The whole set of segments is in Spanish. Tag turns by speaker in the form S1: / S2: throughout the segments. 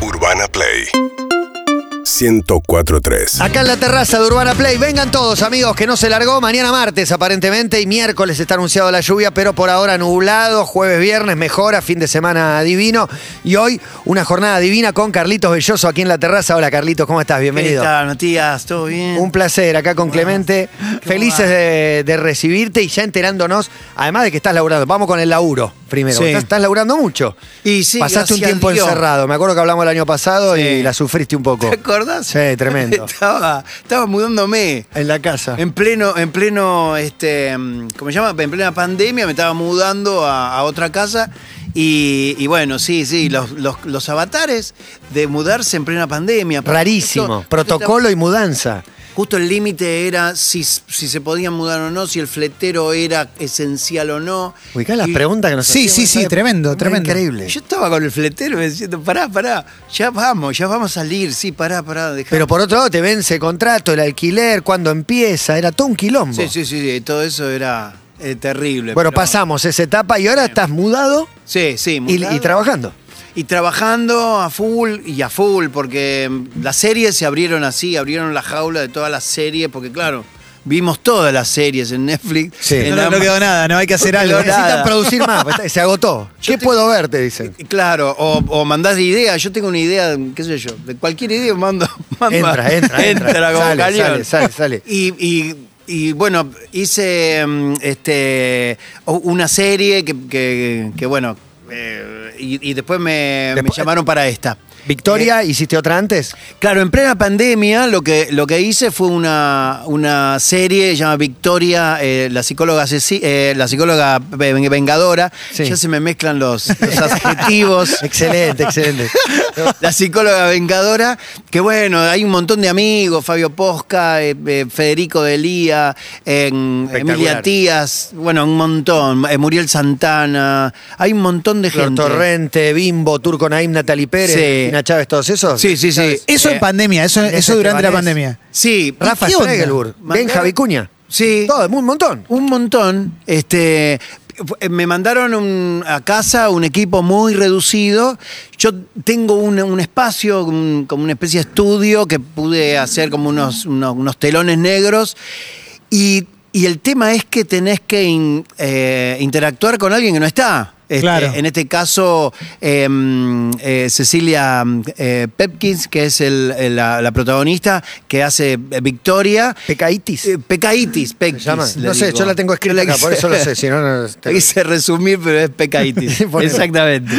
S1: Urbana Play 1043.
S2: Acá en la terraza de Urbana Play, vengan todos amigos, que no se largó mañana martes aparentemente y miércoles está anunciado la lluvia, pero por ahora nublado, jueves, viernes, mejora, fin de semana divino y hoy una jornada divina con Carlitos Belloso aquí en la terraza. Hola Carlitos, ¿cómo estás? Bienvenido.
S3: ¿Qué tal, Matías? ¿Todo bien?
S2: Un placer acá con Clemente, felices de, de recibirte y ya enterándonos, además de que estás laburando, vamos con el laburo primero,
S3: Sí.
S2: estás, estás laburando mucho.
S3: Y sí,
S2: Pasaste un
S3: gracias a
S2: tiempo
S3: Dios.
S2: encerrado, me acuerdo que hablamos el año pasado y
S3: Sí.
S2: la sufriste un poco.
S3: ¿Te acordás?
S2: Sí, tremendo.
S3: estaba, estaba mudándome.
S2: En la casa.
S3: En pleno, en pleno, este, mm, ¿cómo se llama? En plena pandemia me estaba mudando a, a otra casa. Y, y bueno, sí, sí, los, los- los avatares de mudarse en plena pandemia.
S2: Rarísimo.
S3: Esto-
S2: Protocolo y mudanza.
S3: Justo el límite era si, si se podían mudar o no, si el fletero era esencial o no.
S2: Ubicás las
S3: Y-
S2: preguntas que nos
S4: Sí,
S2: hacían
S4: sí,
S2: en
S4: sí,
S2: esa época.
S4: tremendo,
S2: Era
S4: tremendo.
S2: Increíble.
S3: Yo estaba con el fletero me diciendo, pará, pará, ya vamos, ya vamos a salir, sí, pará, pará, dejá.
S2: Pero por otro lado te vence el contrato, el alquiler, cuándo empieza, era todo un quilombo.
S3: Sí, sí, sí, sí, todo eso era eh, terrible.
S2: Bueno,
S3: pero-
S2: pasamos esa etapa y ahora estás mudado
S3: Sí, sí,
S2: y-
S3: mudado.
S2: y, trabajando.
S3: Y trabajando a full y a full, porque mm, las series se abrieron así, abrieron la jaula de todas las series, porque claro, vimos todas las series en Netflix.
S2: Sí.
S4: No,
S3: en
S4: no, no
S3: Amazon.
S4: quedó nada, no hay que hacer
S3: No quedó
S4: algo.
S3: nada.
S2: Necesitan producir más, está- se agotó.
S3: Yo Eh,
S2: ¿Qué
S3: te-
S2: puedo ver? Te dicen.
S3: Claro, o, o mandás ideas, yo tengo una idea, qué sé yo, de cualquier idea mando. mando
S2: Entra, entra, entra.
S3: como
S2: Sale,
S3: cañón.
S2: sale, sale, sale.
S3: Y, y- y, bueno, hice mm, este, o- una serie que, que- que, bueno, eh, y, y después me, me
S2: Después- eh,
S3: llamaron para esta.
S2: Victoria, ¿hiciste otra antes?
S3: Claro, en plena pandemia lo que, lo que hice fue una, una serie llamada Victoria, eh, la psicóloga asesi- eh, la psicóloga ven- vengadora.
S2: Sí.
S3: Ya se me mezclan los, los adjetivos.
S2: Excelente, excelente.
S3: La psicóloga vengadora, que bueno, hay un montón de amigos, Fabio Posca, eh, eh, Federico Delía, en-
S2: Espectacular.
S3: Emilia Tías, bueno, un montón, eh, Muriel Santana, hay un montón de
S2: Flor
S3: gente.
S2: Torrente, Bimbo, Turco Naim, Natali Pérez,
S3: Sí.
S2: Tina Chávez, todos esos.
S3: Sí, sí, sí.
S4: Eso
S3: Eh,
S4: en pandemia, eso,
S2: Inés
S4: eso durante la
S2: Estebanés.
S4: pandemia.
S3: Sí,
S2: Rafa
S4: ¿Qué onda?
S2: Stregelburg, Ben
S3: Mandaron-
S2: Javicuña.
S3: Sí.
S2: Todo, un montón.
S3: Un montón. Este, me mandaron un- a casa un equipo muy reducido. Yo tengo un, un espacio, un- como una especie de estudio que pude hacer como unos, unos, unos telones negros. Y, y el tema es que tenés que in- eh, interactuar con alguien que no está. Este,
S4: Claro.
S3: En este caso, eh, eh, Cecilia eh, Pepkins, que es el- el- la, la protagonista, que hace eh, Victoria.
S2: Pecaitis.
S3: Eh, Pecaitis, Pectis.
S2: Se llama.
S3: le
S2: No sé,
S3: digo.
S2: yo la tengo escrita
S3: Yo la
S2: acá, por
S3: quise-
S2: eso lo sé, si no, no.
S3: La quise resumir, pero es Pecaitis.
S2: Ponele.
S3: Exactamente.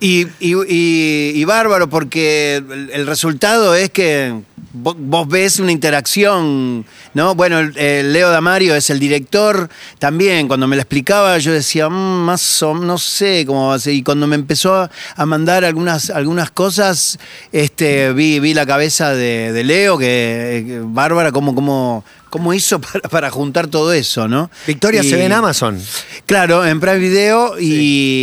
S3: Y, y- y- y bárbaro, porque el, el resultado es que vo- vos ves una interacción, ¿no? Bueno, el- el Leo Damario es el director. También, cuando me lo explicaba, yo decía, "Mm, más o no sé cómo va a ser". Y cuando me empezó a, a mandar algunas, algunas cosas, este, vi, vi la cabeza de, de Leo, que, que bárbara, cómo, cómo, cómo hizo para, para juntar todo eso, ¿no?
S2: Victoria se
S3: Y-
S2: ve en Amazon.
S3: Claro, en Prime Video y,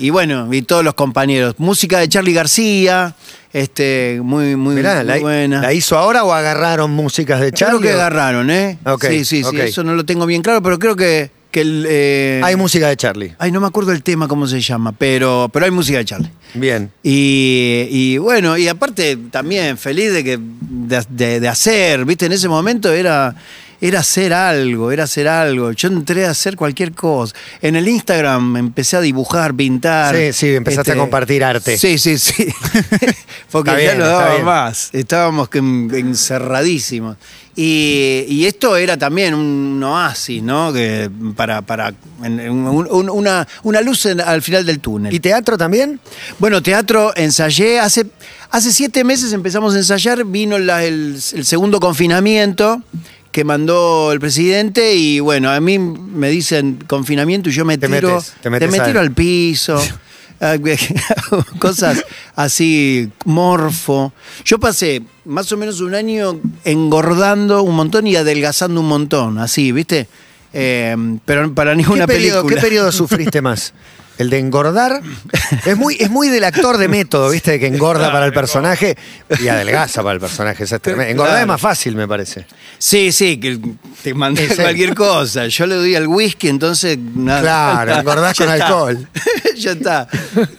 S3: y bueno, y todos los compañeros. Música de Charlie García, este, muy, muy,
S2: Mirá,
S3: muy
S2: la,
S3: buena.
S2: ¿la hizo ahora o agarraron músicas de
S3: creo
S2: Charlie?
S3: que
S2: o-
S3: agarraron, ¿eh?
S2: Ok,
S3: sí, sí,
S2: ok.
S3: sí, eso no lo tengo bien claro, pero creo que, que el, eh,
S2: Hay música de Charlie.
S3: ay, no me acuerdo el tema cómo se llama, pero, pero hay música de Charlie.
S2: Bien.
S3: Y, y bueno, y aparte también feliz de que de, de- de hacer, viste, en ese momento era, era hacer algo, era hacer algo. Yo entré a hacer cualquier cosa. En el Instagram empecé a dibujar, pintar. este,
S2: Sí, sí, empezaste a compartir arte.
S3: Sí, sí, sí. Porque
S2: Está
S3: ya
S2: bien,
S3: no
S2: está
S3: daba
S2: bien.
S3: más. Estábamos que en- encerradísimos. Y, y esto era también un oasis, ¿no? Que para, para en- en- un- un- una, una luz en- al final del túnel.
S2: ¿Y teatro también?
S3: Bueno, teatro ensayé. Hace, hace siete meses empezamos a ensayar. Vino la- el, el segundo confinamiento que mandó el presidente. Y bueno, a mí me dicen confinamiento y yo me
S2: Te
S3: tiro,
S2: metes, te metes
S3: me
S2: a-
S3: tiro al piso. Ah, cosas así, morfo. Yo pasé más o menos un año engordando un montón y adelgazando un montón, así, ¿viste? Eh, pero para
S2: ¿Qué
S3: ninguna
S2: periodo,
S3: película.
S2: ¿Qué periodo sufriste más? El de engordar es muy, es muy del actor de método, ¿viste? Que engorda para el personaje y adelgaza para el personaje. Esa es tremenda. Engordar es más fácil, me parece.
S3: Sí, sí, que te mandé
S2: Sí, sí.
S3: cualquier cosa. Yo le doy al whisky, entonces nada.
S2: Claro, engordás
S3: Ya
S2: con
S3: está.
S2: alcohol.
S3: ya está.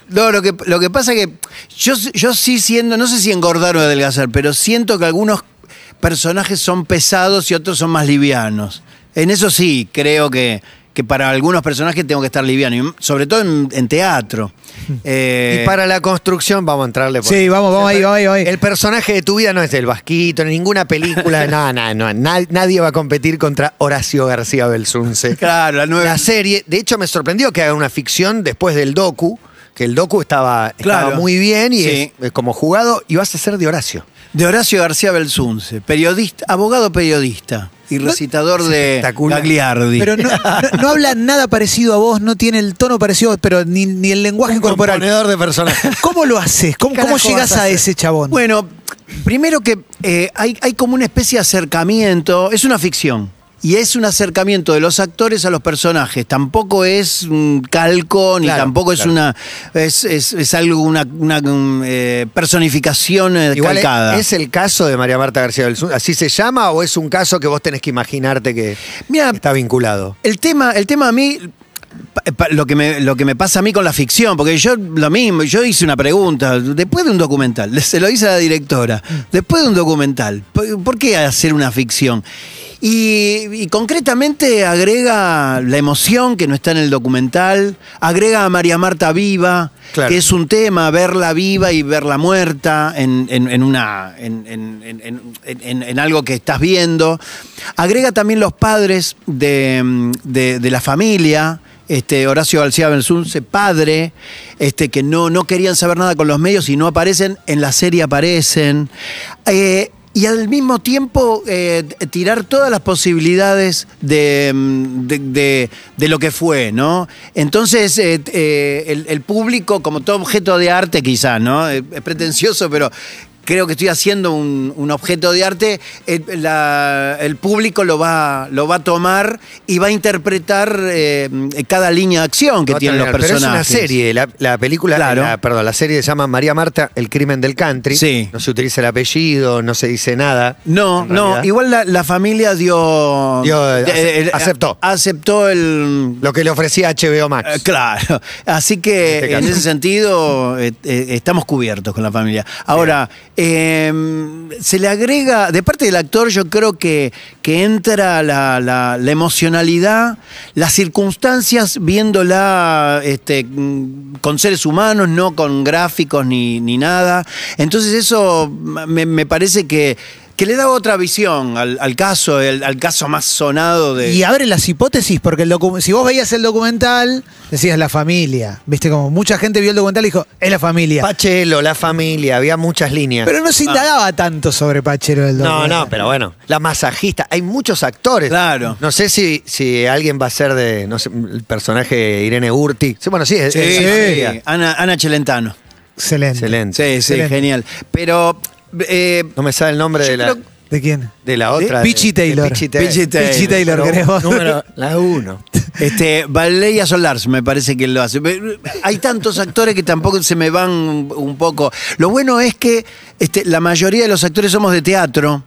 S3: No, lo que, lo que pasa que yo, yo sí siendo, no sé si engordar o adelgazar, pero siento que algunos personajes son pesados y otros son más livianos. En eso sí, creo que, que para algunos personajes tengo que estar liviano, y sobre todo en, en teatro. Eh,
S2: Y para la construcción vamos a entrarle por
S1: Sí, vamos, vamos ahí, vamos ahí, vamos ahí.
S2: El personaje de tu vida no es el Vasquito, en ninguna película, no, no, no, na- nadie va a competir contra Horacio García Belsunce.
S3: Eh, Claro, la nueva.
S2: La serie, de hecho me sorprendió que haga una ficción después del docu, que el docu estaba, estaba
S3: Claro.
S2: muy bien y
S3: Sí.
S2: es, es como jugado, y vas a ser de Horacio.
S3: De Horacio García Belsunce, periodista, abogado periodista y recitador de
S2: Espectacular.
S3: Gagliardi.
S1: Pero no, no- no habla nada parecido a vos, no tiene el tono parecido, a vos, pero ni, ni el lenguaje corporal.
S2: Componedor de personajes.
S1: ¿Cómo lo haces? ¿Cómo,
S2: ¿Qué
S1: cómo
S2: carajo
S1: llegas
S2: vas a
S1: a
S2: hacer?
S1: ese chabón?
S3: Bueno, primero que eh, hay, hay como una especie de acercamiento, es una ficción. Y es un acercamiento de los actores a los personajes. Tampoco es un calco, ni
S2: Claro,
S3: tampoco es
S2: claro.
S3: una. Es, es- es algo, una, una, um, eh, personificación eh,
S2: Igual es,
S3: calcada.
S2: es el caso de María Marta García Belsunce, ¿así se llama o es un caso que vos tenés que imaginarte que
S3: Mira,
S2: está vinculado?
S3: El tema, el tema a mí, pa- pa- lo que, me, lo que me pasa a mí con la ficción, porque yo lo mismo, yo hice una pregunta, después de un documental, se lo hice a la directora, después de un documental, ¿por, por qué hacer una ficción? Y, y concretamente agrega la emoción que no está en el documental, agrega a María Marta viva,
S2: Claro.
S3: que es un tema, verla viva y verla muerta en, en- en una, en, en- en- en- en- en algo que estás viendo. Agrega también los padres de, mm, de- de la familia. Este, Horacio García Belsunce, padre, este, que no, no querían saber nada con los medios y no aparecen, en la serie aparecen. Eh, y al mismo tiempo eh, t- tirar todas las posibilidades de, mm, de, de- de lo que fue, ¿no? Entonces, eh, t- eh, el, el público, como todo objeto de arte quizás, ¿no? Eh, Es pretencioso, pero creo que estoy haciendo un, un objeto de arte, eh, la- el público lo va, lo va a tomar y va a interpretar eh, cada línea de acción que
S2: No va a
S3: tienen los
S2: terminar,
S3: personajes.
S2: Pero es una serie, la, la película,
S3: Claro.
S2: la- perdón, la serie se llama María Marta, El crimen del country.
S3: Sí.
S2: No se utiliza el apellido, no se dice nada.
S3: No,
S2: en
S3: no,
S2: realidad.
S3: igual la, la familia dio...
S2: Dio, eh,
S3: eh, eh,
S2: aceptó.
S3: Aceptó el...
S2: Lo que le ofrecía HBO Max.
S3: Eh, Claro, así que
S2: este
S3: en
S2: caso.
S3: ese sentido eh, eh, estamos cubiertos con la familia. Ahora, eh, se le agrega, de parte del actor yo creo que, que entra la, la- la emocionalidad, las circunstancias viéndola este, mm, con seres humanos, no con gráficos ni, ni nada. Entonces eso me, me parece que, que le da otra visión al, al caso, el- al caso más sonado de...
S1: Y
S4: eh.
S1: abre las hipótesis, porque el docu- si vos veías el documental, decías la familia. Viste, como mucha gente vio el documental y dijo, es la familia.
S2: Pachelo, la familia, había muchas líneas.
S1: pero no
S4: Ah.
S1: se indagaba tanto sobre Pachero del
S2: no,
S1: documental.
S2: no, pero bueno. La masajista, hay muchos actores.
S3: Claro.
S2: No sé si, si alguien va a ser de, no sé, el personaje de Irene Urti. Sí, bueno, sí, es,
S3: Sí,
S2: es la familia.
S3: sí, Ana, Ana Chelentano.
S1: Excelente.
S2: Excelente.
S3: Sí, sí,
S1: Excelente.
S3: genial. Pero eh,
S2: No me sale el nombre
S3: Yo
S2: de la,
S3: creo-
S1: ¿De quién?
S2: de la otra. de-
S1: Pichi
S2: de
S1: Taylor.
S2: Pichi
S3: Pichi Taylor.
S1: Pichi Taylor,
S2: Número-
S1: queremos.
S2: número- La uno.
S3: este, Valeria Solars me parece que lo hace. Pero Hay tantos actores que tampoco se me van un un poco. Lo bueno es que este, la mayoría de los actores somos de teatro.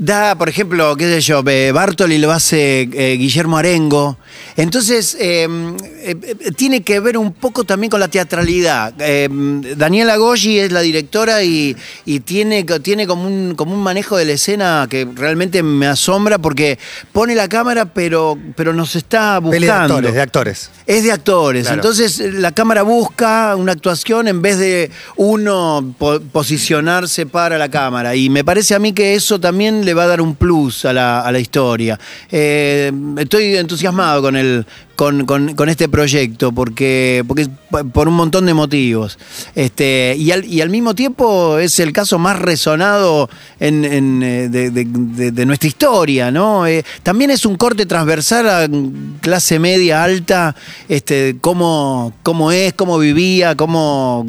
S3: Da, por ejemplo, qué sé yo, eh, Bartoli lo hace eh, Guillermo Arengo. Entonces, eh, eh, eh, tiene que ver un poco también con la teatralidad. Eh, Daniela Goyi es la directora y, y tiene, co- tiene como, un, como un manejo de la escena que realmente me asombra porque pone la cámara, pero, pero nos está
S2: Peli de
S3: buscando.
S2: actores, de actores.
S3: Es de actores.
S2: Claro.
S3: Entonces eh, la cámara busca una actuación en vez de uno po- posicionarse para la cámara. Y me parece a mí que eso también le va a dar un plus a la, a la historia. Eh, estoy entusiasmado con el. Con, con- con este proyecto, porque, porque es p- por un montón de motivos. Este, y, al, y al mismo tiempo es el caso más resonado en- en, eh, de, de- de- de nuestra historia, ¿no? Eh, también es un corte transversal a mm, clase media alta, este, cómo, cómo es, cómo vivía, cómo,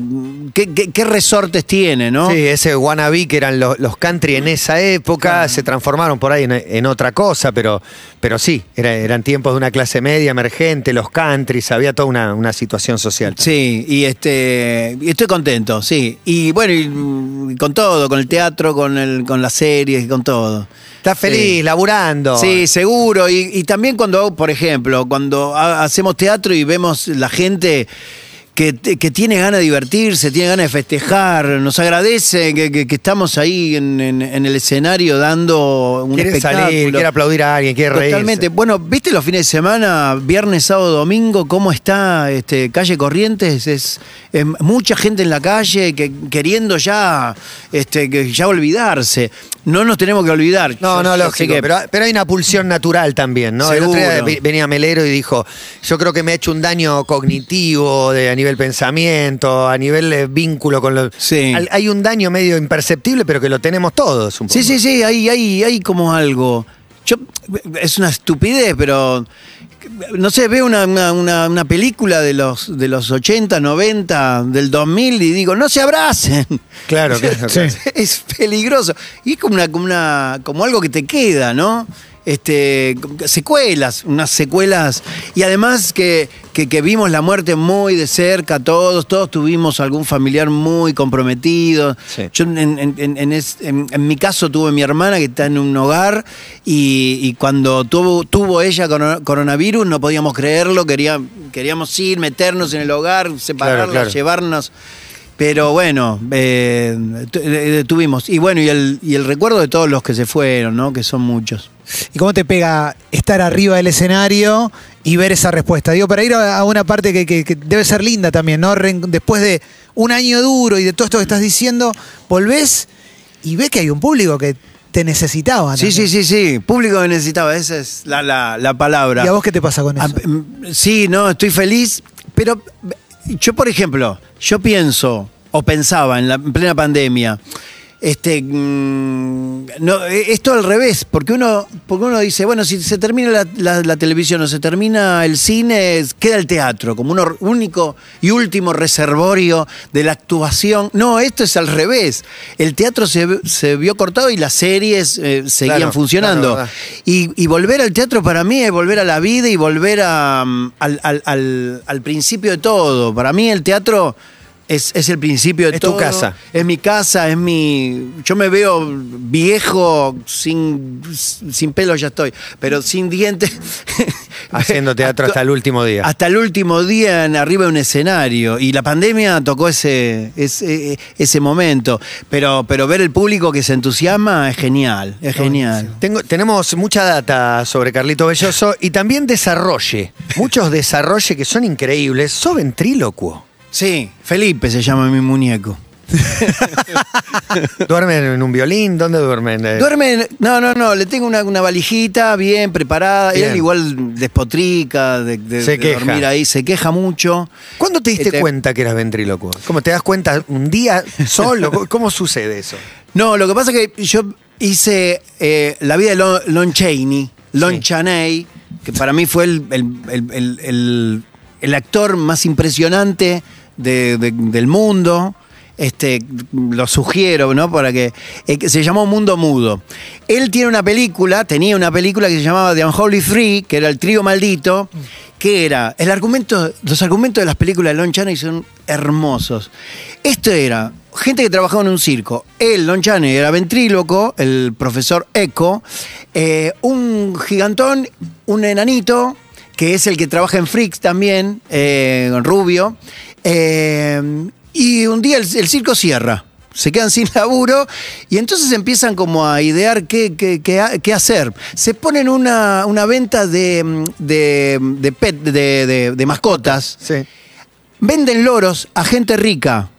S3: qué, qué- qué resortes tiene, ¿no?
S2: Sí, ese wannabe que eran los, los country en esa época, se transformaron por ahí en, en otra cosa, pero, pero sí, era- eran tiempos de una clase media emergente gente, los countries, había toda una, una situación social.
S3: Sí, y este y estoy contento, sí. Y bueno, y, mm, con todo, con el teatro, con el, con las series, con todo.
S2: Estás feliz,
S3: Sí.
S2: laburando.
S3: Sí, seguro. Y, y también cuando, hago, por ejemplo, cuando ha- hacemos teatro y vemos la gente que, te- que tiene ganas de divertirse, tiene ganas de festejar, nos agradece que, que- que estamos ahí en, en- en el escenario dando un
S2: Quiere
S3: espectáculo.
S2: salir, quiere aplaudir a alguien, quiere reírse.
S3: Totalmente. Bueno, ¿viste los fines de semana, viernes, sábado, domingo, cómo está este, calle Corrientes? Es, es mucha gente en la calle que, queriendo ya, este, que ya olvidarse. No nos tenemos que olvidar.
S2: No,
S3: Yo-
S2: no,
S3: yo sé
S2: lógico.
S3: que-
S2: Pero, pero hay una pulsión natural también, ¿no? El otro día
S3: Seguro.
S2: vi- venía Melero y dijo: Yo creo que me ha hecho un daño cognitivo de- a nivel pensamiento, a nivel eh, vínculo con los.
S3: Sí.
S2: Al- hay un daño medio imperceptible, pero que lo tenemos todos un poco.
S3: Sí, sí, sí, hay, hay, hay como algo. Yo, es una estupidez, pero no sé, veo una, una- una- una película de los, de los 80, 90, del 2000 y digo, no se abracen.
S2: Claro, claro.
S1: Sí.
S2: claro.
S3: Es peligroso. Y es como, una, como, una- como algo que te queda, ¿no? Este, secuelas, unas secuelas. Y además que, que- que vimos la muerte muy de cerca, todos, todos tuvimos algún familiar muy comprometido.
S2: Sí.
S3: Yo en, en- en- en es- en- en mi caso tuve mi hermana que está en un hogar y, y cuando tuvo, tuvo ella corona- coronavirus no podíamos creerlo, quería- queríamos ir, meternos en el hogar, separarla,
S2: claro.
S3: llevarnos. Pero bueno, eh, tu- eh, tuvimos. Y bueno, y el, y el recuerdo de todos los que se fueron, ¿no? Que son muchos.
S1: ¿Y cómo te pega estar arriba del escenario y ver esa respuesta? Digo, para ir a a una parte que, que- que debe ser linda también, ¿no? Ren- Después de un año duro y de todo esto que estás diciendo, volvés y ves que hay un público que te necesitaba.
S3: Sí,
S1: también.
S3: sí, sí, sí. Público que necesitaba, esa es la, la- la palabra.
S1: ¿Y a vos qué te pasa con eso?
S3: Ah, mm, Sí, no, estoy feliz, pero yo, por ejemplo, yo pienso o pensaba en la en plena pandemia, este, mm, no, eh, esto al revés, porque uno, porque uno dice, bueno, si se termina la, la- la televisión o se termina el cine, es- queda el teatro como un único y último reservorio de la actuación. No, esto es al revés. El teatro se, v- se vio cortado y las series eh, seguían
S2: Claro,
S3: funcionando.
S2: claro, verdad.
S3: Y, y volver al teatro para mí es volver a la vida y volver a, mm, al, al- al- al principio de todo. Para mí el teatro es, es el principio de
S2: Es tu
S3: todo.
S2: casa.
S3: Es mi casa, es mi... Yo me veo viejo, sin, sin pelo ya estoy, pero sin dientes.
S2: Haciendo teatro hasta el último día.
S3: Hasta el último día en arriba de un escenario. Y la pandemia tocó ese, ese, ese momento. Pero, pero ver el público que se entusiasma es genial, es genial.
S2: Tengo- tenemos mucha data sobre Carlito Belloso y también desarrolle. Muchos desarrolles que son increíbles. Sos ventrílocuo.
S3: Sí, Felipe se llama mi muñeco.
S2: ¿Duermen en un violín? ¿Dónde duermen? Eh,
S3: Duerme, en- no, no, no, le tengo una, una valijita bien preparada.
S2: Bien.
S3: Él igual despotrica, de, de-
S2: Se
S3: de
S2: queja.
S3: dormir ahí, se queja mucho.
S2: ¿Cuándo te diste
S3: Este-
S2: cuenta que eras ventrílocuo? ¿Cómo te das cuenta un día solo? ¿Cómo- ¿Cómo sucede eso?
S3: No, lo que pasa es que yo hice eh, la vida de Lon, Lon Chaney, Lon
S2: Sí.
S3: Chaney, que para mí fue el, el- el- el- el- el actor más impresionante de- de- del mundo. Este, lo sugiero, ¿no? Para que, eh, que se llamó Mundo Mudo. Él tiene una película, tenía una película que se llamaba The Unholy Three, que era el trío maldito, que era el argumento, los argumentos de las películas de Lon Chaney son hermosos. Esto era gente que trabajaba en un circo. Él, Lon Chaney, era ventríloco, el profesor Eco, eh, un gigantón, un enanito, que es el que trabaja en Freaks también, eh, Rubio. eh, y un día el, el circo cierra. Se quedan sin laburo y entonces empiezan como a idear qué, qué- qué ha- qué hacer. Se ponen una, una venta de, mm, de- de pet, de, de- de mascotas.
S2: Sí.
S3: Venden loros a gente rica.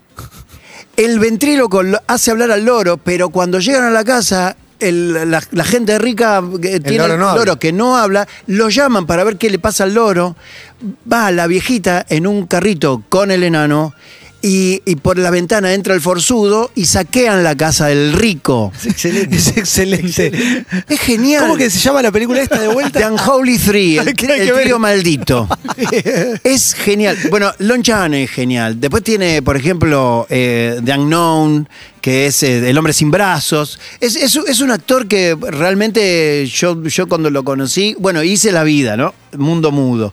S3: El ventríloco lo- hace hablar al loro, pero cuando llegan a la casa, el- la, la gente rica que tiene
S2: loro no habla.
S3: loro que no habla, lo llaman para ver qué le pasa al loro. Va la viejita en un carrito con el enano. y, y por la ventana entra el forzudo y saquean la casa del rico.
S2: Excelente.
S1: Es excelente.
S3: Es genial.
S1: ¿Cómo que se llama la película esta de
S3: The
S1: vuelta?
S3: Unholy Three, el,
S1: Hay que
S3: el
S1: ver.
S3: trío maldito. es genial. Bueno, Lon Chan es genial. Después tiene, por ejemplo, eh, The Unknown, que es eh, El hombre sin brazos. Es, es un- es un actor que realmente yo, yo cuando lo conocí, bueno, hice la vida, ¿no? Mundo mudo.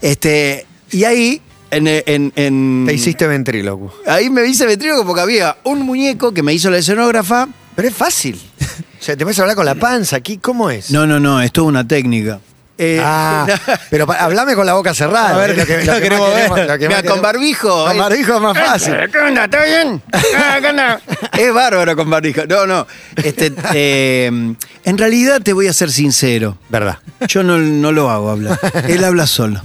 S3: Este, y ahí, en... en- en-
S2: Te hiciste ventríloco.
S3: Ahí me hice ventríloco porque había un muñeco que me hizo la escenógrafa.
S2: Pero es fácil. O sea, te puedes hablar con la panza aquí. ¿Cómo es?
S3: No, no, no, es toda una técnica. Eh,
S2: Ah, pero pa- hablame con la boca cerrada.
S1: A ver,
S2: es lo que,
S1: lo
S2: que
S1: queremos
S2: más
S1: ver.
S2: lo que más
S3: Mira, con
S2: queremos-
S3: barbijo. eh.
S2: Con
S3: es-
S2: barbijo es más fácil.
S3: Eh, ¿Qué onda? ¿Todo bien? Ah, ¿qué onda? Es bárbaro con barbijo. No, no. Este, eh, en realidad te voy a ser sincero.
S2: Verdad.
S3: Yo no, no lo hago hablar. Él habla solo.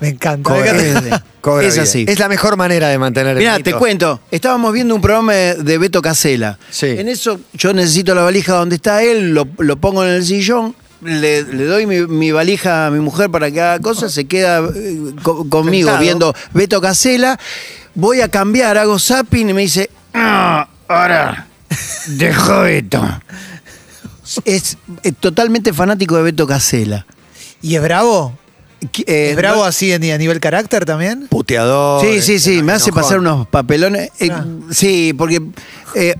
S1: Me encanta.
S2: Cobra
S1: Me encanta.
S2: vida, cobra
S3: Es
S2: vida.
S3: así.
S2: Es la mejor manera de mantener el
S3: Mirá,
S2: mito.
S3: te cuento. Estábamos viendo un programa de Beto Casela.
S2: Sí.
S3: En eso yo necesito la valija donde está él, lo, lo pongo en el sillón. Le, le doy mi, mi valija a mi mujer para que haga cosas, se queda eh, co- conmigo
S2: Sentado.
S3: viendo Beto Casela. Voy a cambiar, hago zapping y me dice, no, ahora, dejó Beto. Es, eh, totalmente fanático de Beto Casela.
S1: ¿Y es bravo?
S3: Qui- eh,
S1: ¿Es bravo
S3: no-
S1: así en- a nivel carácter también?
S2: Puteador.
S3: Sí, sí, sí,
S2: eh,
S3: me hace
S2: enojón.
S3: pasar unos papelones. eh,
S1: Ah.
S3: Sí, porque eh,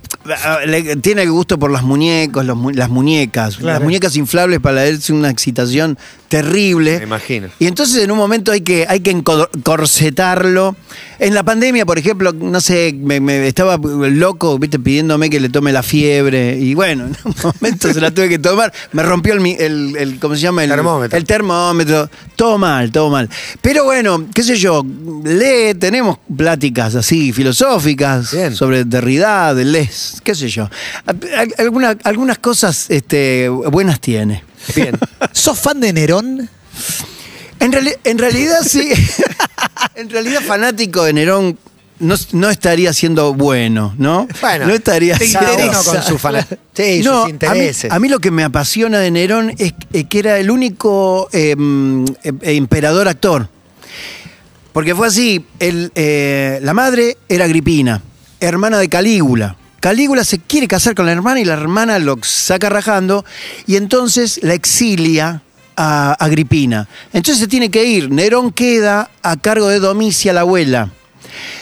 S3: a- le- tiene el gusto por los muñecos, los mu- las muñecas. Las
S1: Claro.
S3: muñecas inflables para él es una excitación terrible.
S2: Me imagino.
S3: Y entonces en un momento hay que, hay que encorsetarlo. En la pandemia, por ejemplo, no sé, me, me estaba loco, viste, pidiéndome que le tome la fiebre. Y bueno, en un momento se la tuve que tomar. Me rompió el, mi- el, el- ¿cómo se llama? El
S2: Termómetro.
S3: El termómetro. Todo mal, todo mal. Pero bueno, qué sé yo, lee, tenemos pláticas así filosóficas
S2: Bien.
S3: sobre Derrida, les, qué sé yo. Al- alguna- algunas cosas este, buenas tiene.
S2: Bien.
S1: ¿Sos fan de Nerón?
S3: En, reali- en realidad sí. en realidad fanático de Nerón no, no estaría siendo bueno, ¿no?
S2: Bueno,
S3: no estaría
S2: te
S3: siendo-
S2: interesa. Cada uno con su fana- Sí, sus
S3: No, a mí-
S2: intereses.
S3: A mí, lo que me apasiona de Nerón es eh, que era el único eh, mm, eh, eh, emperador actor. Porque fue así, el, eh, la madre era Agripina, hermana de Calígula. Calígula se quiere casar con la hermana y la hermana lo saca rajando y entonces la exilia a Agripina. Entonces se tiene que ir. Nerón queda a cargo de Domicia, la abuela.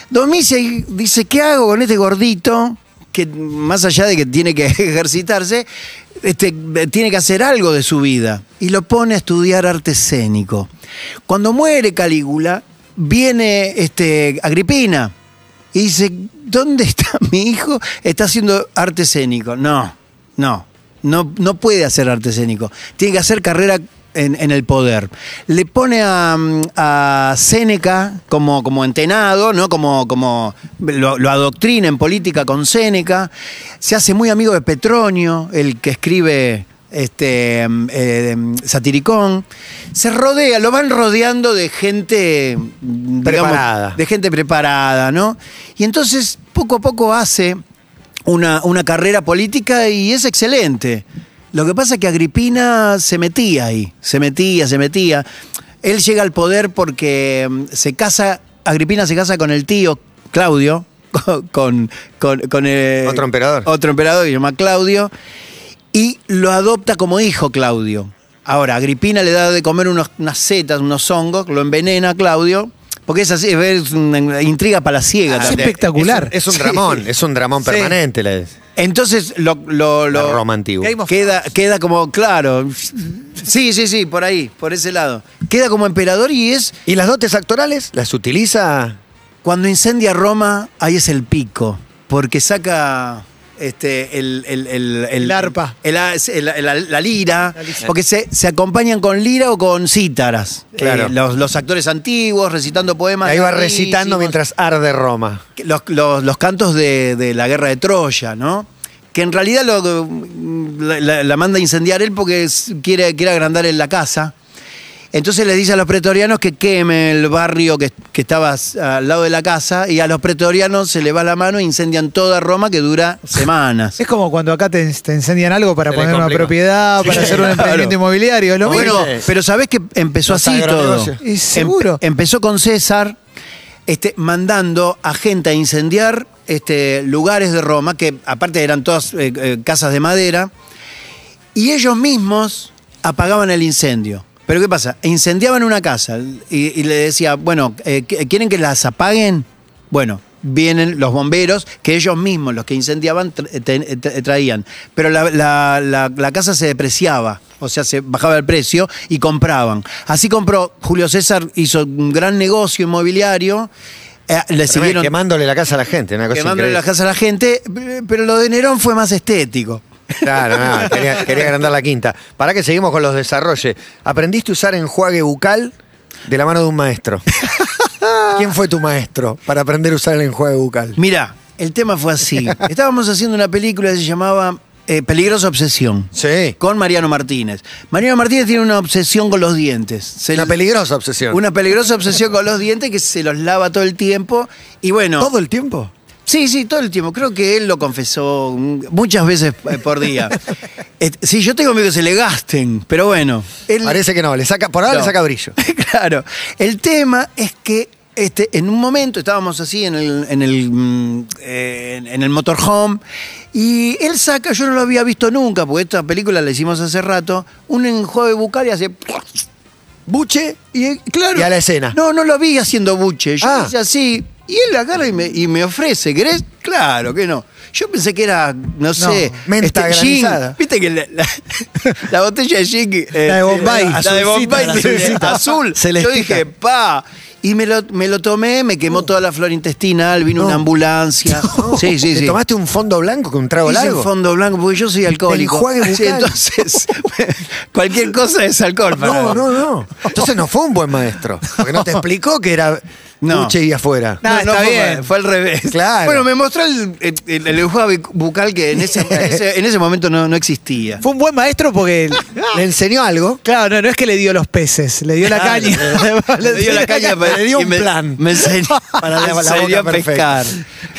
S3: Domicia y- dice, ¿qué hago con este gordito? Que más allá de que tiene que ejercitarse, este, tiene que hacer algo de su vida. Y lo pone a estudiar arte escénico. Cuando muere Calígula, viene este, Agripina y dice, ¿dónde está mi hijo? Está haciendo arte escénico. No, no, no, no puede hacer arte escénico. Tiene que hacer carrera en, en el poder. Le pone a, mm, a Séneca como, como entenado, ¿no? Como, como lo, lo adoctrina en política con Séneca. Se hace muy amigo de Petronio, el que escribe este mm, eh, mm, satiricón se rodea lo van rodeando de gente mm, digamos,
S2: Preparada.
S3: de gente preparada, ¿no? Y entonces poco a poco hace una, una carrera política y es excelente. Lo que pasa es que Agripina se metía ahí, se metía, se metía. Él llega al poder porque mm, se casa, Agripina se casa con el tío Claudio, con, con, con, eh,
S2: Otro emperador.
S3: Otro emperador que se llama Claudio y lo adopta como hijo Claudio. Ahora, Agripina le da de comer unos- unas setas, unos hongos, lo envenena a Claudio, porque es así, es una intriga palaciega
S1: Ah,
S3: también.
S1: sí, espectacular.
S2: Es un, es un
S3: Sí.
S2: dramón, es un dramón
S3: Sí.
S2: permanente. la-
S3: Entonces lo, lo, lo-
S2: La Roma antigua.
S3: Game of queda, queda como, claro. Sí, sí, sí, por ahí, por ese lado. Queda como emperador y es
S2: ¿Y las dotes actorales las utiliza?
S3: Cuando incendia Roma, ahí es el pico, porque saca este, el, el, el- el-
S1: El arpa.
S3: el a- el- el- la, la lira,
S1: La lira.
S3: porque se, se acompañan con lira o con cítaras. Eh,
S2: Claro.
S3: los, los actores antiguos recitando poemas.
S2: Ahí va
S3: larguísimos.
S2: recitando mientras arde Roma.
S3: Los, los- los cantos de, de la guerra de Troya, ¿no? Que en realidad lo- la, la- la manda a incendiar él porque es- quiere, quiere agrandar en la casa. Entonces les dice a los pretorianos que queme el barrio que, que estaba s- al lado de la casa y a los pretorianos se le va la mano e incendian toda Roma que dura semanas.
S1: Es como cuando acá te, te enseñan algo para
S2: Se le
S1: poner una
S2: complica.
S1: propiedad,
S2: Sí,
S1: para hacer un
S3: claro.
S1: emprendimiento inmobiliario, es lo
S3: bueno,
S1: mismo.
S2: mismo.
S3: pero sabés que empezó
S2: Los
S3: así todo.
S2: agronegocios.
S1: Y seguro.
S3: empezó con César. este, mandando a gente a incendiar este, lugares de Roma, que aparte eran todas eh, eh, casas de madera, y ellos mismos apagaban el incendio. Pero ¿qué pasa? Incendiaban una casa y, y le decía, bueno, eh, ¿qu- ¿quieren que las apaguen? Bueno, vienen los bomberos, que ellos mismos, los que incendiaban, tra- eh, ten- eh, tra- eh, traían. Pero la, la- la- la casa se depreciaba, o sea, se bajaba el precio y compraban. Así compró, Julio César hizo un gran negocio inmobiliario. eh, le siguieron
S2: Quemándole la casa a la gente, una cosa
S3: quemándole la
S2: increíble.
S3: casa a la gente, eh, pero lo de Nerón fue más estético.
S2: Claro, no, quería, quería agrandar la quinta. Para que seguimos con los desarrollos. ¿Aprendiste a usar enjuague bucal de la mano de un maestro? ¿Quién fue tu maestro para aprender a usar el enjuague bucal?
S3: Mira, el tema fue así. Estábamos haciendo una película que se llamaba eh, Peligrosa Obsesión.
S2: Sí.
S3: Con Mariano Martínez. Mariano Martínez tiene una obsesión con los dientes. Se
S2: Una
S3: le-
S2: peligrosa obsesión.
S3: Una peligrosa obsesión con los dientes que se los lava todo el tiempo. Y bueno.
S2: ¿Todo el tiempo?
S3: Sí, sí, todo el tiempo. Creo que él lo confesó mm, muchas veces eh, por día. Eh, sí, yo tengo miedo que se le gasten, pero bueno. él-
S2: Parece que no, le saca, por ahora
S3: No.
S2: le saca brillo.
S3: claro. El tema es que este, en un momento estábamos así en el, en, el, mm, eh, en- en el motorhome y él saca, yo no lo había visto nunca, porque esta película la hicimos hace rato, un enjuague bucal y hace... Buche y eh, claro.
S2: Y a la escena.
S3: No, no lo vi haciendo buche. Yo
S2: Ah.
S3: hice así. Y él agarra y me, y me ofrece, ¿querés? Claro que no. Yo pensé que era, no sé,
S2: menta
S3: gin.
S2: granizada.
S3: Viste que la, la- la botella de gin. eh,
S1: La de Bombay.
S3: la de Bombay,
S1: Azulcita, la
S3: azul.
S1: azulcita.
S3: Yo
S1: Celestita.
S3: dije, pa. Y me lo, me lo tomé, me quemó toda la flora intestinal, vino
S2: No.
S3: una ambulancia. Sí, sí,
S2: ¿Te
S3: sí.
S2: tomaste un fondo blanco con un trago
S3: Hice
S2: largo?
S3: fondo blanco porque yo soy alcohólico.
S2: enjuague bucal.
S3: Sí, entonces, cualquier cosa es alcohol. para
S2: No,
S3: mí.
S2: no, no. Entonces no fue un buen maestro. Porque no te explicó que era
S3: No.
S2: buche y afuera.
S1: No, está
S3: fue,
S1: bien.
S3: Fue al revés.
S2: Claro.
S3: Bueno, me mostró el, el, el- el enjuague bucal que en ese, en ese- en ese momento no, no existía.
S1: Fue un buen maestro porque,
S2: Le enseñó algo.
S1: claro, no, no es que le dio los peces, le dio la
S3: Claro,
S1: caña.
S3: Le dio la caña,
S2: Le dio
S3: y
S2: un
S3: me-
S2: plan.
S3: Me enseñó,
S2: Para la-
S3: me
S2: la boca
S3: enseñó a
S2: perfecta.
S3: pescar.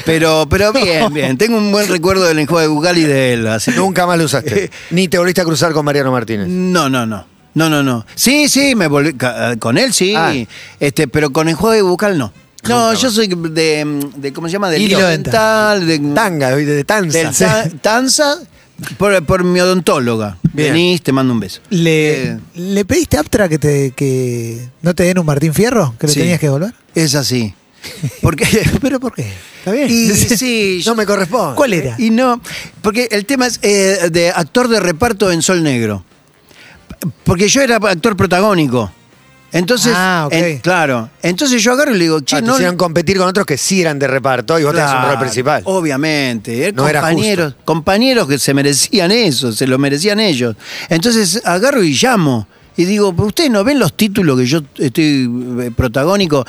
S3: Pero, pero bien, bien. Tengo un buen recuerdo del enjuague bucal y de él. Así.
S2: Nunca más lo usaste. Ni te volviste a cruzar con Mariano Martínez.
S3: Eh, No, no, no. No, no, no. Sí, sí, me volví. ca- eh, Con él sí.
S2: Ah.
S3: Este, pero con enjuague bucal no. No,
S2: Nunca
S3: yo soy de, de- ¿Cómo se llama? De
S1: Hilo
S3: dental. de-
S2: Tanga, de de tanza.
S3: del ta- Tanza por, por mi odontóloga.
S2: Bien.
S3: Venís, te mando un beso.
S1: ¿Le,
S3: Eh,
S1: ¿Le pediste a Aptra que, te, que no te den un Martín Fierro? ¿Que lo
S3: Sí.
S1: tenías que devolver?
S3: Es así. Porque.
S1: ¿Pero por qué?
S2: ¿Está bien?
S3: Y sí,
S2: no me corresponde. Ah,
S1: ¿Cuál era?
S3: Y no, porque el tema es eh, de actor de reparto en Sol Negro. Porque yo era actor protagónico. Entonces,
S1: Ah, ok.
S3: en- claro. Entonces yo agarro y le digo,
S2: Ah,
S3: che,
S2: te
S3: no.
S2: hicieron competir con otros que sí eran de reparto y vos tenías un
S3: Claro,
S2: rol principal.
S3: Obviamente. eh,
S2: No era
S3: compañeros, compañeros que se merecían eso, se lo merecían ellos. Entonces agarro y llamo. Y digo, "Pero ¿ustedes no ven los títulos que yo estoy eh, protagónico?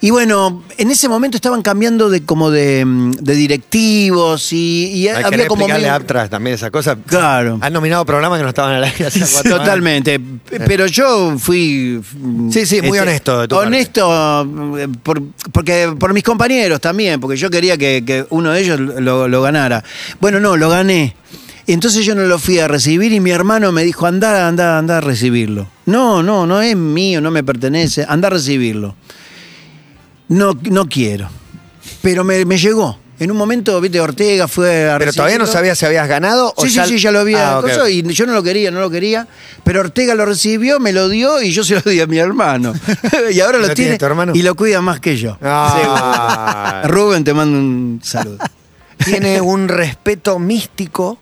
S3: Y bueno, en ese momento estaban cambiando de como de, mm, de directivos y, y
S2: Hay que
S3: había como...
S2: explicarle
S3: mil-
S2: a Aptras también esas cosas.
S3: Claro.
S2: Han nominado programas que no estaban al aire hace cuatro años.
S3: Totalmente. Pero yo fui. mm,
S2: Sí, sí, muy honesto de tu parte.
S3: honesto eh, por, porque, por mis compañeros también, porque yo quería que, que uno de ellos lo, lo ganara. Bueno, no, lo gané. Entonces yo no lo fui a recibir y mi hermano me dijo, andá, andá, andá a recibirlo. No, no, no es mío, no me pertenece, andá a recibirlo. No, no quiero. Pero me, me llegó. En un momento, viste, Ortega fue a
S2: Pero todavía no
S3: recibirlo.
S2: sabías si habías ganado o
S3: Sí, sí, sí, ya lo había.
S2: Ah, ok.
S3: coso, Y yo no lo quería, no lo quería. Pero Ortega lo recibió, me lo dio y yo se lo di a mi hermano. y ahora lo,
S2: ¿Lo tiene tu hermano?
S3: Y lo cuida más que yo.
S2: Ah.
S3: Seguro. Rubén, te mando un saludo.
S2: Tiene un respeto místico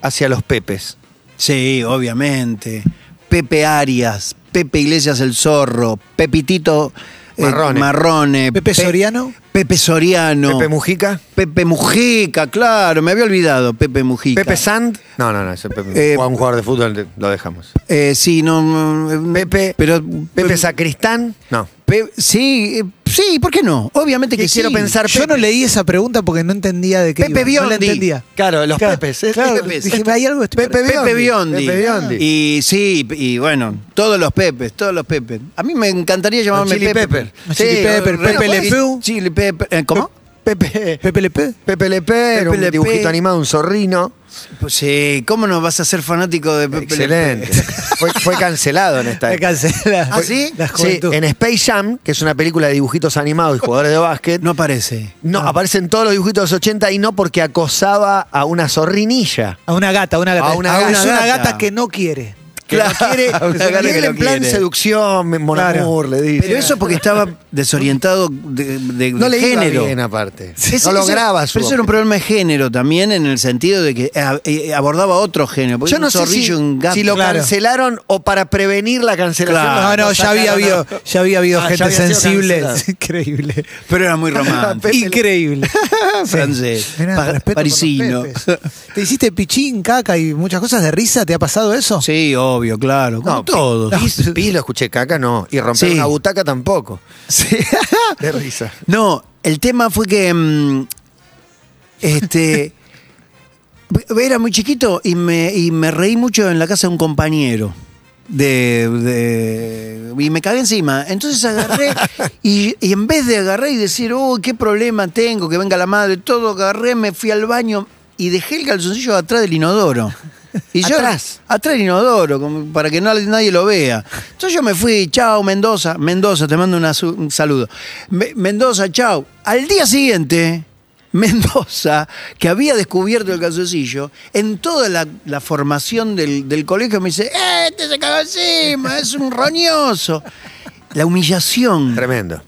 S2: hacia los pepes.
S3: sí, obviamente. Pepe Arias, Pepe Iglesias el Zorro, Pepitito eh,
S2: Marrone.
S3: Marrone,
S1: ¿Pepe
S3: Pe-
S1: Soriano?
S3: Pepe Soriano.
S2: Pepe Mujica.
S3: Pepe Mujica, claro, me había olvidado Pepe Mujica.
S2: Pepe Sand. No, no, no. Ese Pepe,
S3: Eh,
S2: juega un jugador de fútbol de- lo dejamos.
S3: Eh, sí, no, no,
S2: Pepe-
S3: pero
S2: Pepe Sacristán. No.
S3: Pe- sí, eh, sí, ¿por qué no? Obviamente que
S2: Quiero
S3: sí.
S2: pensar-
S1: Yo no leí esa pregunta porque no entendía de qué
S2: Pepe
S1: iba. No la
S2: Biondi.
S1: entendía.
S2: Claro, los
S1: Claro,
S2: pepes. es-
S1: claro,
S2: es pepes.
S1: dije, hay algo este que estoy
S2: Pepe
S1: perdiendo.
S3: Pepe Biondi.
S2: Biondi. Pepe Biondi.
S3: Y sí, y bueno, todos los Pepes, todos los Pepes. A mí me encantaría llamarme
S2: Chili
S3: Pepe.
S2: Pepper.
S1: Chili Pepper,
S3: bueno,
S1: Pepe Le
S3: sí,
S1: Pew.
S3: Chili Pepper. eh, ¿Cómo?
S2: Pepe.
S1: Pepe Le Pe.
S2: Pepe Le Pe, era
S3: Pepe Le
S2: un dibujito
S3: Pe.
S2: animado, un zorrino.
S3: Pues sí, ¿cómo no vas a ser fanático de Pepe Le Pe?
S2: Excelente. fue, fue cancelado en esta
S1: Me cancela.
S3: ¿Ah, sí?
S1: La
S2: Sí,
S1: juventud.
S2: en Space Jam, que es una película de dibujitos animados y jugadores de básquet,
S3: No aparece.
S2: no, aparecen todos los dibujitos de los 80 y no porque acosaba a una zorrinilla.
S1: A una gata, a una gata. Ah,
S2: A una
S1: Es
S2: gata.
S1: una gata que no quiere.
S2: Que
S3: Claro,
S2: lo quiere,
S3: una gata
S2: y él
S3: que lo
S2: en plan
S3: quiere.
S2: seducción, mon
S1: Claro.
S2: amour, le dice.
S3: Pero eso porque estaba desorientado de, de-
S2: no
S3: de
S2: le iba
S3: género.
S2: bien aparte.
S3: Ese-
S2: no lo
S3: ese-
S2: grabas.
S3: Pero eso era un problema de género también, en el sentido de que eh, eh, abordaba otro género. porque
S2: Yo
S3: era
S2: no
S3: un
S2: sé si,
S3: zorrillo, un gato.
S2: si lo
S1: Claro.
S2: cancelaron o para prevenir la cancelación.
S1: No,
S2: lo
S1: no, ya había
S2: sacaron,
S1: habido,
S2: ¿no?
S1: ya había habido
S2: Ah, ya
S1: gente
S2: había sido
S1: sensible.
S2: cancelado.
S1: Es Increíble.
S3: Pero era muy romántico.
S2: Pepe
S1: Increíble.
S3: francés,
S1: Mirá,
S3: pa-
S1: respeto por los
S3: parisino.
S1: Pepes. ¿Te hiciste pichín, caca y muchas cosas de risa? ¿Te ha pasado eso?
S3: Sí, obvio, claro. Como
S2: No,
S3: todos.
S2: Pis, Pis lo escuché caca, no. Y romper
S3: Sí.
S2: una butaca tampoco.
S3: Sí.
S2: De risa.
S3: No, el tema fue que. mm, este. era muy chiquito y me, y me reí mucho en la casa de un compañero. De, de- y me cagué encima. Entonces agarré y, y en vez de agarrar y decir, oh, qué problema tengo, que venga la madre, todo, agarré, me fui al baño y dejé el calzoncillo atrás del inodoro. Y yo,
S2: Atrás.
S3: Atrás del inodoro, como para que no- nadie lo vea. Entonces yo me fui, chao, Mendoza. Mendoza, te mando una su- un saludo. Me- Mendoza, chao. Al día siguiente, Mendoza, que había descubierto el calzoncillo, en toda la, la formación del, del colegio me dice, "Eh, este se cagó encima, es un roñoso. La humillación
S2: Tremendo.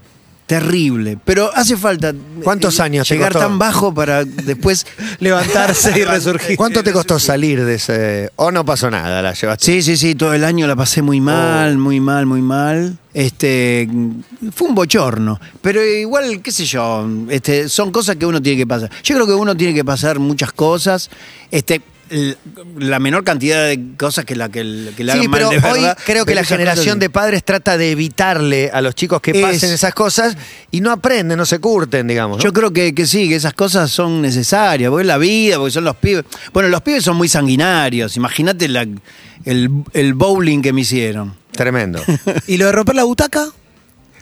S3: terrible, pero hace falta
S2: ¿Cuántos
S3: eh,
S2: años te
S3: llegar
S2: costó?
S3: tan bajo para después
S1: Levantarse y resurgir.
S2: ¿Cuánto te costó salir de ese.? O no pasó nada, la llevaste.
S3: Sí, sí, sí, todo el año la pasé muy mal,
S2: Oh.
S3: muy mal, muy mal. Este, fue un bochorno, pero igual, qué sé yo, este, son cosas que uno tiene que pasar. Yo creo que uno tiene que pasar muchas cosas, este, l- la menor cantidad de cosas que la que, l- que le
S2: Sí,
S3: hagan mal
S2: pero
S3: de
S2: hoy
S3: verdad,
S2: creo que
S3: pero
S2: la
S3: esas
S2: generación
S3: cosas-
S2: de padres trata de evitarle a los chicos que
S3: Es-
S2: pasen esas cosas y no aprenden, no se curten, digamos. ¿no?
S3: Yo creo que, que sí, que esas cosas son necesarias, porque es la vida, porque son los pibes. Bueno, los pibes son muy sanguinarios, imagínate la- el, el bowling que me hicieron.
S2: Tremendo.
S1: ¿Y lo de romper la butaca?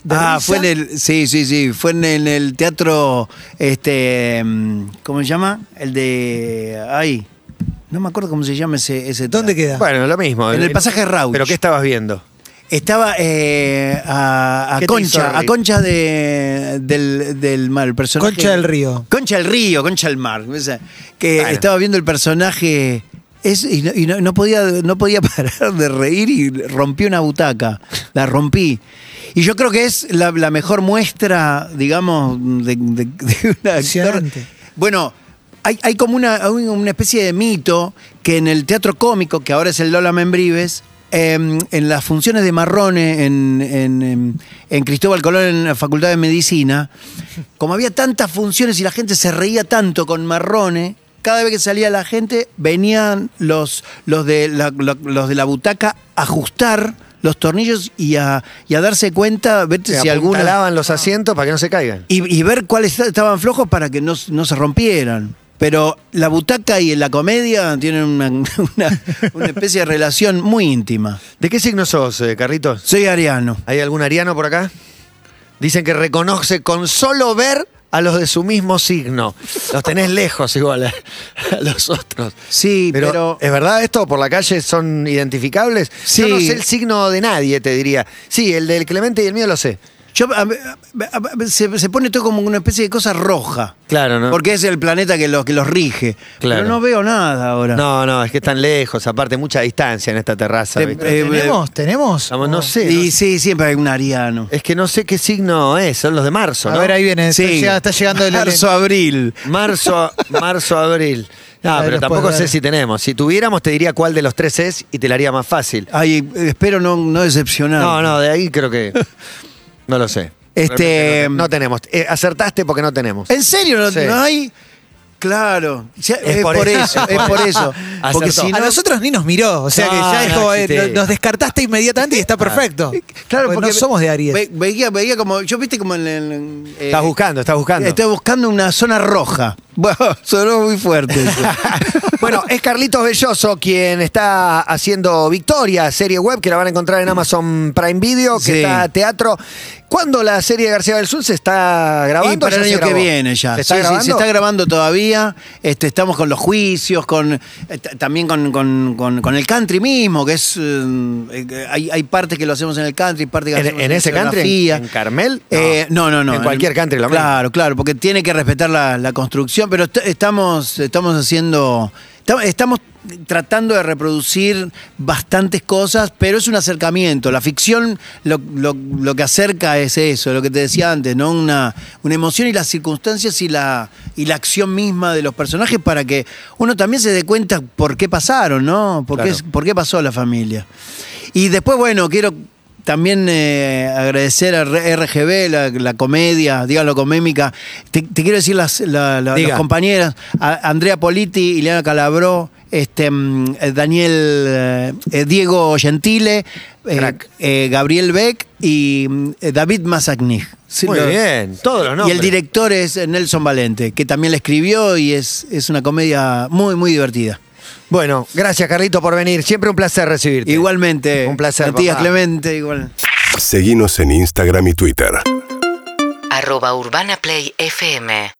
S1: ¿De
S3: Ah,
S1: risa?
S3: fue en el, sí, sí, sí, fue en el, el teatro, este, mm, ¿cómo se llama? El de, ay, no me acuerdo cómo se llama ese, ese
S1: ¿Dónde
S3: teatro.
S1: queda?
S2: bueno, lo mismo.
S3: En el pasaje Rauch.
S2: ¿Pero qué estabas viendo?
S3: Estaba eh, a, a
S2: ¿Qué te hizo
S3: Concha,
S2: reír?
S3: a Concha de, del, del mar, el personaje.
S1: Concha del Río.
S3: Concha del Río, Concha del Mar. esa, que
S2: Bueno.
S3: estaba viendo el personaje es, y, no, y no- no podía, no podía parar de reír y rompí una butaca. La rompí. Y yo creo que es la, la mejor muestra, digamos, de, de- de un actor.
S1: Impresionante.
S3: Bueno, hay, hay como una, hay una especie de mito que en el teatro cómico, que ahora es el Lola Membrives, em, en las funciones de Marrone en, en- en- en Cristóbal Colón, en la Facultad de Medicina, como había tantas funciones y la gente se reía tanto con Marrone, cada vez que salía la gente venían los, los, de, la, lo- los de la butaca a ajustar los tornillos y a, y a darse cuenta, verte
S2: Se
S3: si alguna...
S2: apuntalaban Eh, los asientos para que no se caigan.
S3: Y, y ver cuáles est- estaban flojos para que no, s- no se rompieran. Pero la butaca y la comedia tienen una, una- una especie de relación muy íntima.
S2: ¿De qué signo sos, eh, Carlitos?
S3: Soy ariano.
S2: ¿Hay algún ariano por acá? Dicen que reconoce con solo ver a los de su mismo signo. Los tenés lejos igual a, a los otros.
S3: Sí,
S2: pero,
S3: pero-
S2: ¿Es verdad esto? ¿Por la calle son identificables? Yo
S3: Sí.
S2: no sé el signo de nadie, te diría. Sí, el del Clemente y el mío lo sé.
S3: Yo, a- a- a- se, se pone todo como una especie de cosa roja.
S2: Claro, ¿no?
S3: Porque es el planeta que los, que los rige.
S2: Claro.
S3: Pero no veo nada ahora.
S2: No, no, es que están lejos, aparte mucha distancia en esta terraza.
S3: Te-
S2: ¿viste?
S3: eh,
S1: ¿Tenemos? ¿Tenemos?
S2: Vamos, no sé.
S3: Y
S2: no-
S3: sí, siempre hay un
S1: Eh,
S3: ariano.
S2: es que no sé qué signo es, son los de marzo,
S1: A
S2: ¿no?
S1: ver, ahí viene.
S3: Sí.
S1: Está, está llegando el
S3: Marzo, abril.
S2: Marzo, marzo, abril. No,
S1: Ahí
S2: pero
S1: los
S2: tampoco
S1: puedes
S2: sé
S1: ver.
S2: si tenemos. Si tuviéramos, te diría cuál de los tres es y te la haría más fácil.
S3: Ay, espero no, no decepcionar.
S2: No, no, de ahí creo que. No lo sé.
S3: Este- Eh,
S2: No, no tenemos. Eh, acertaste porque no tenemos.
S3: ¿En serio no,
S2: Sí.
S3: no hay? Claro, Ya- es, por, eso, es por eso.
S2: Acertó.
S3: Porque si
S1: A
S3: no,
S1: nosotros ni nos miró. O sea que
S2: No,
S1: ya es
S2: no
S1: como, eh,
S2: existe.
S1: no- Ah. nos descartaste inmediatamente y está perfecto. Pues
S3: claro,
S1: no somos de Aries.
S3: ve- veía, veía como, yo viste como en el... en- eh,
S2: Estás buscando, estás buscando.
S3: Estoy buscando una zona roja. Bueno, sonó muy fuerte. eso.
S2: Bueno, es Carlitos Belloso quien está haciendo Victoria, serie web, que la van a encontrar en Amazon Prime Video, que
S3: Sí.
S2: está teatro, ¿Cuándo la serie de García del Sur se está grabando?
S3: Y
S2: ¿Ya
S3: para el
S2: se
S3: año que
S2: grabó?
S3: viene ya.
S2: ¿Se está
S3: Sí, sí,
S2: grabando?
S3: se está grabando todavía. Este, estamos con los juicios, con eh, t- también con, con- con- con el country mismo, que es. eh, eh, hay, hay partes que lo hacemos en el country, partes que
S2: ¿En-
S3: hacemos
S2: en ese country?
S3: escenografía.
S2: ¿En Carmel? No.
S3: Eh, no, no, no.
S2: En cualquier country lo mismo.
S3: Claro, claro, porque tiene que respetar la, la construcción, pero est- estamos, estamos haciendo. esta- Estamos tratando de reproducir bastantes cosas, pero es un acercamiento. La ficción lo, lo- lo que acerca es eso, lo que te decía antes, ¿no? Una, una emoción y las circunstancias y la, y la acción misma de los personajes para que uno también se dé cuenta por qué pasaron, ¿no? ¿Por,
S2: Claro.
S3: qué, por qué pasó la familia. Y después, bueno, quiero también eh, agradecer a R- RGB, la, la comedia, díganlo comémica. Te, te quiero decir las, la- la-
S2: Diga.
S3: las compañeras, a- Andrea Politi, Ileana Calabró, este, mm, eh, Daniel, eh, eh, Diego Gentile, eh,
S2: Crack.
S3: eh, Gabriel Beck y mm, eh, David Mazacnig. Sí,
S2: Muy
S3: lo-
S2: bien, todos los
S3: Y
S2: nombres.
S3: el director es eh, Nelson Valente, que también la escribió y es, es una comedia muy, muy divertida.
S2: Bueno, gracias Carlito por venir. Siempre un placer recibirte.
S3: Igualmente,
S2: Un placer,
S3: Matías
S2: papá.
S3: Clemente, igual.
S4: Seguinos en Instagram y Twitter.
S5: arroba urbanaplayfm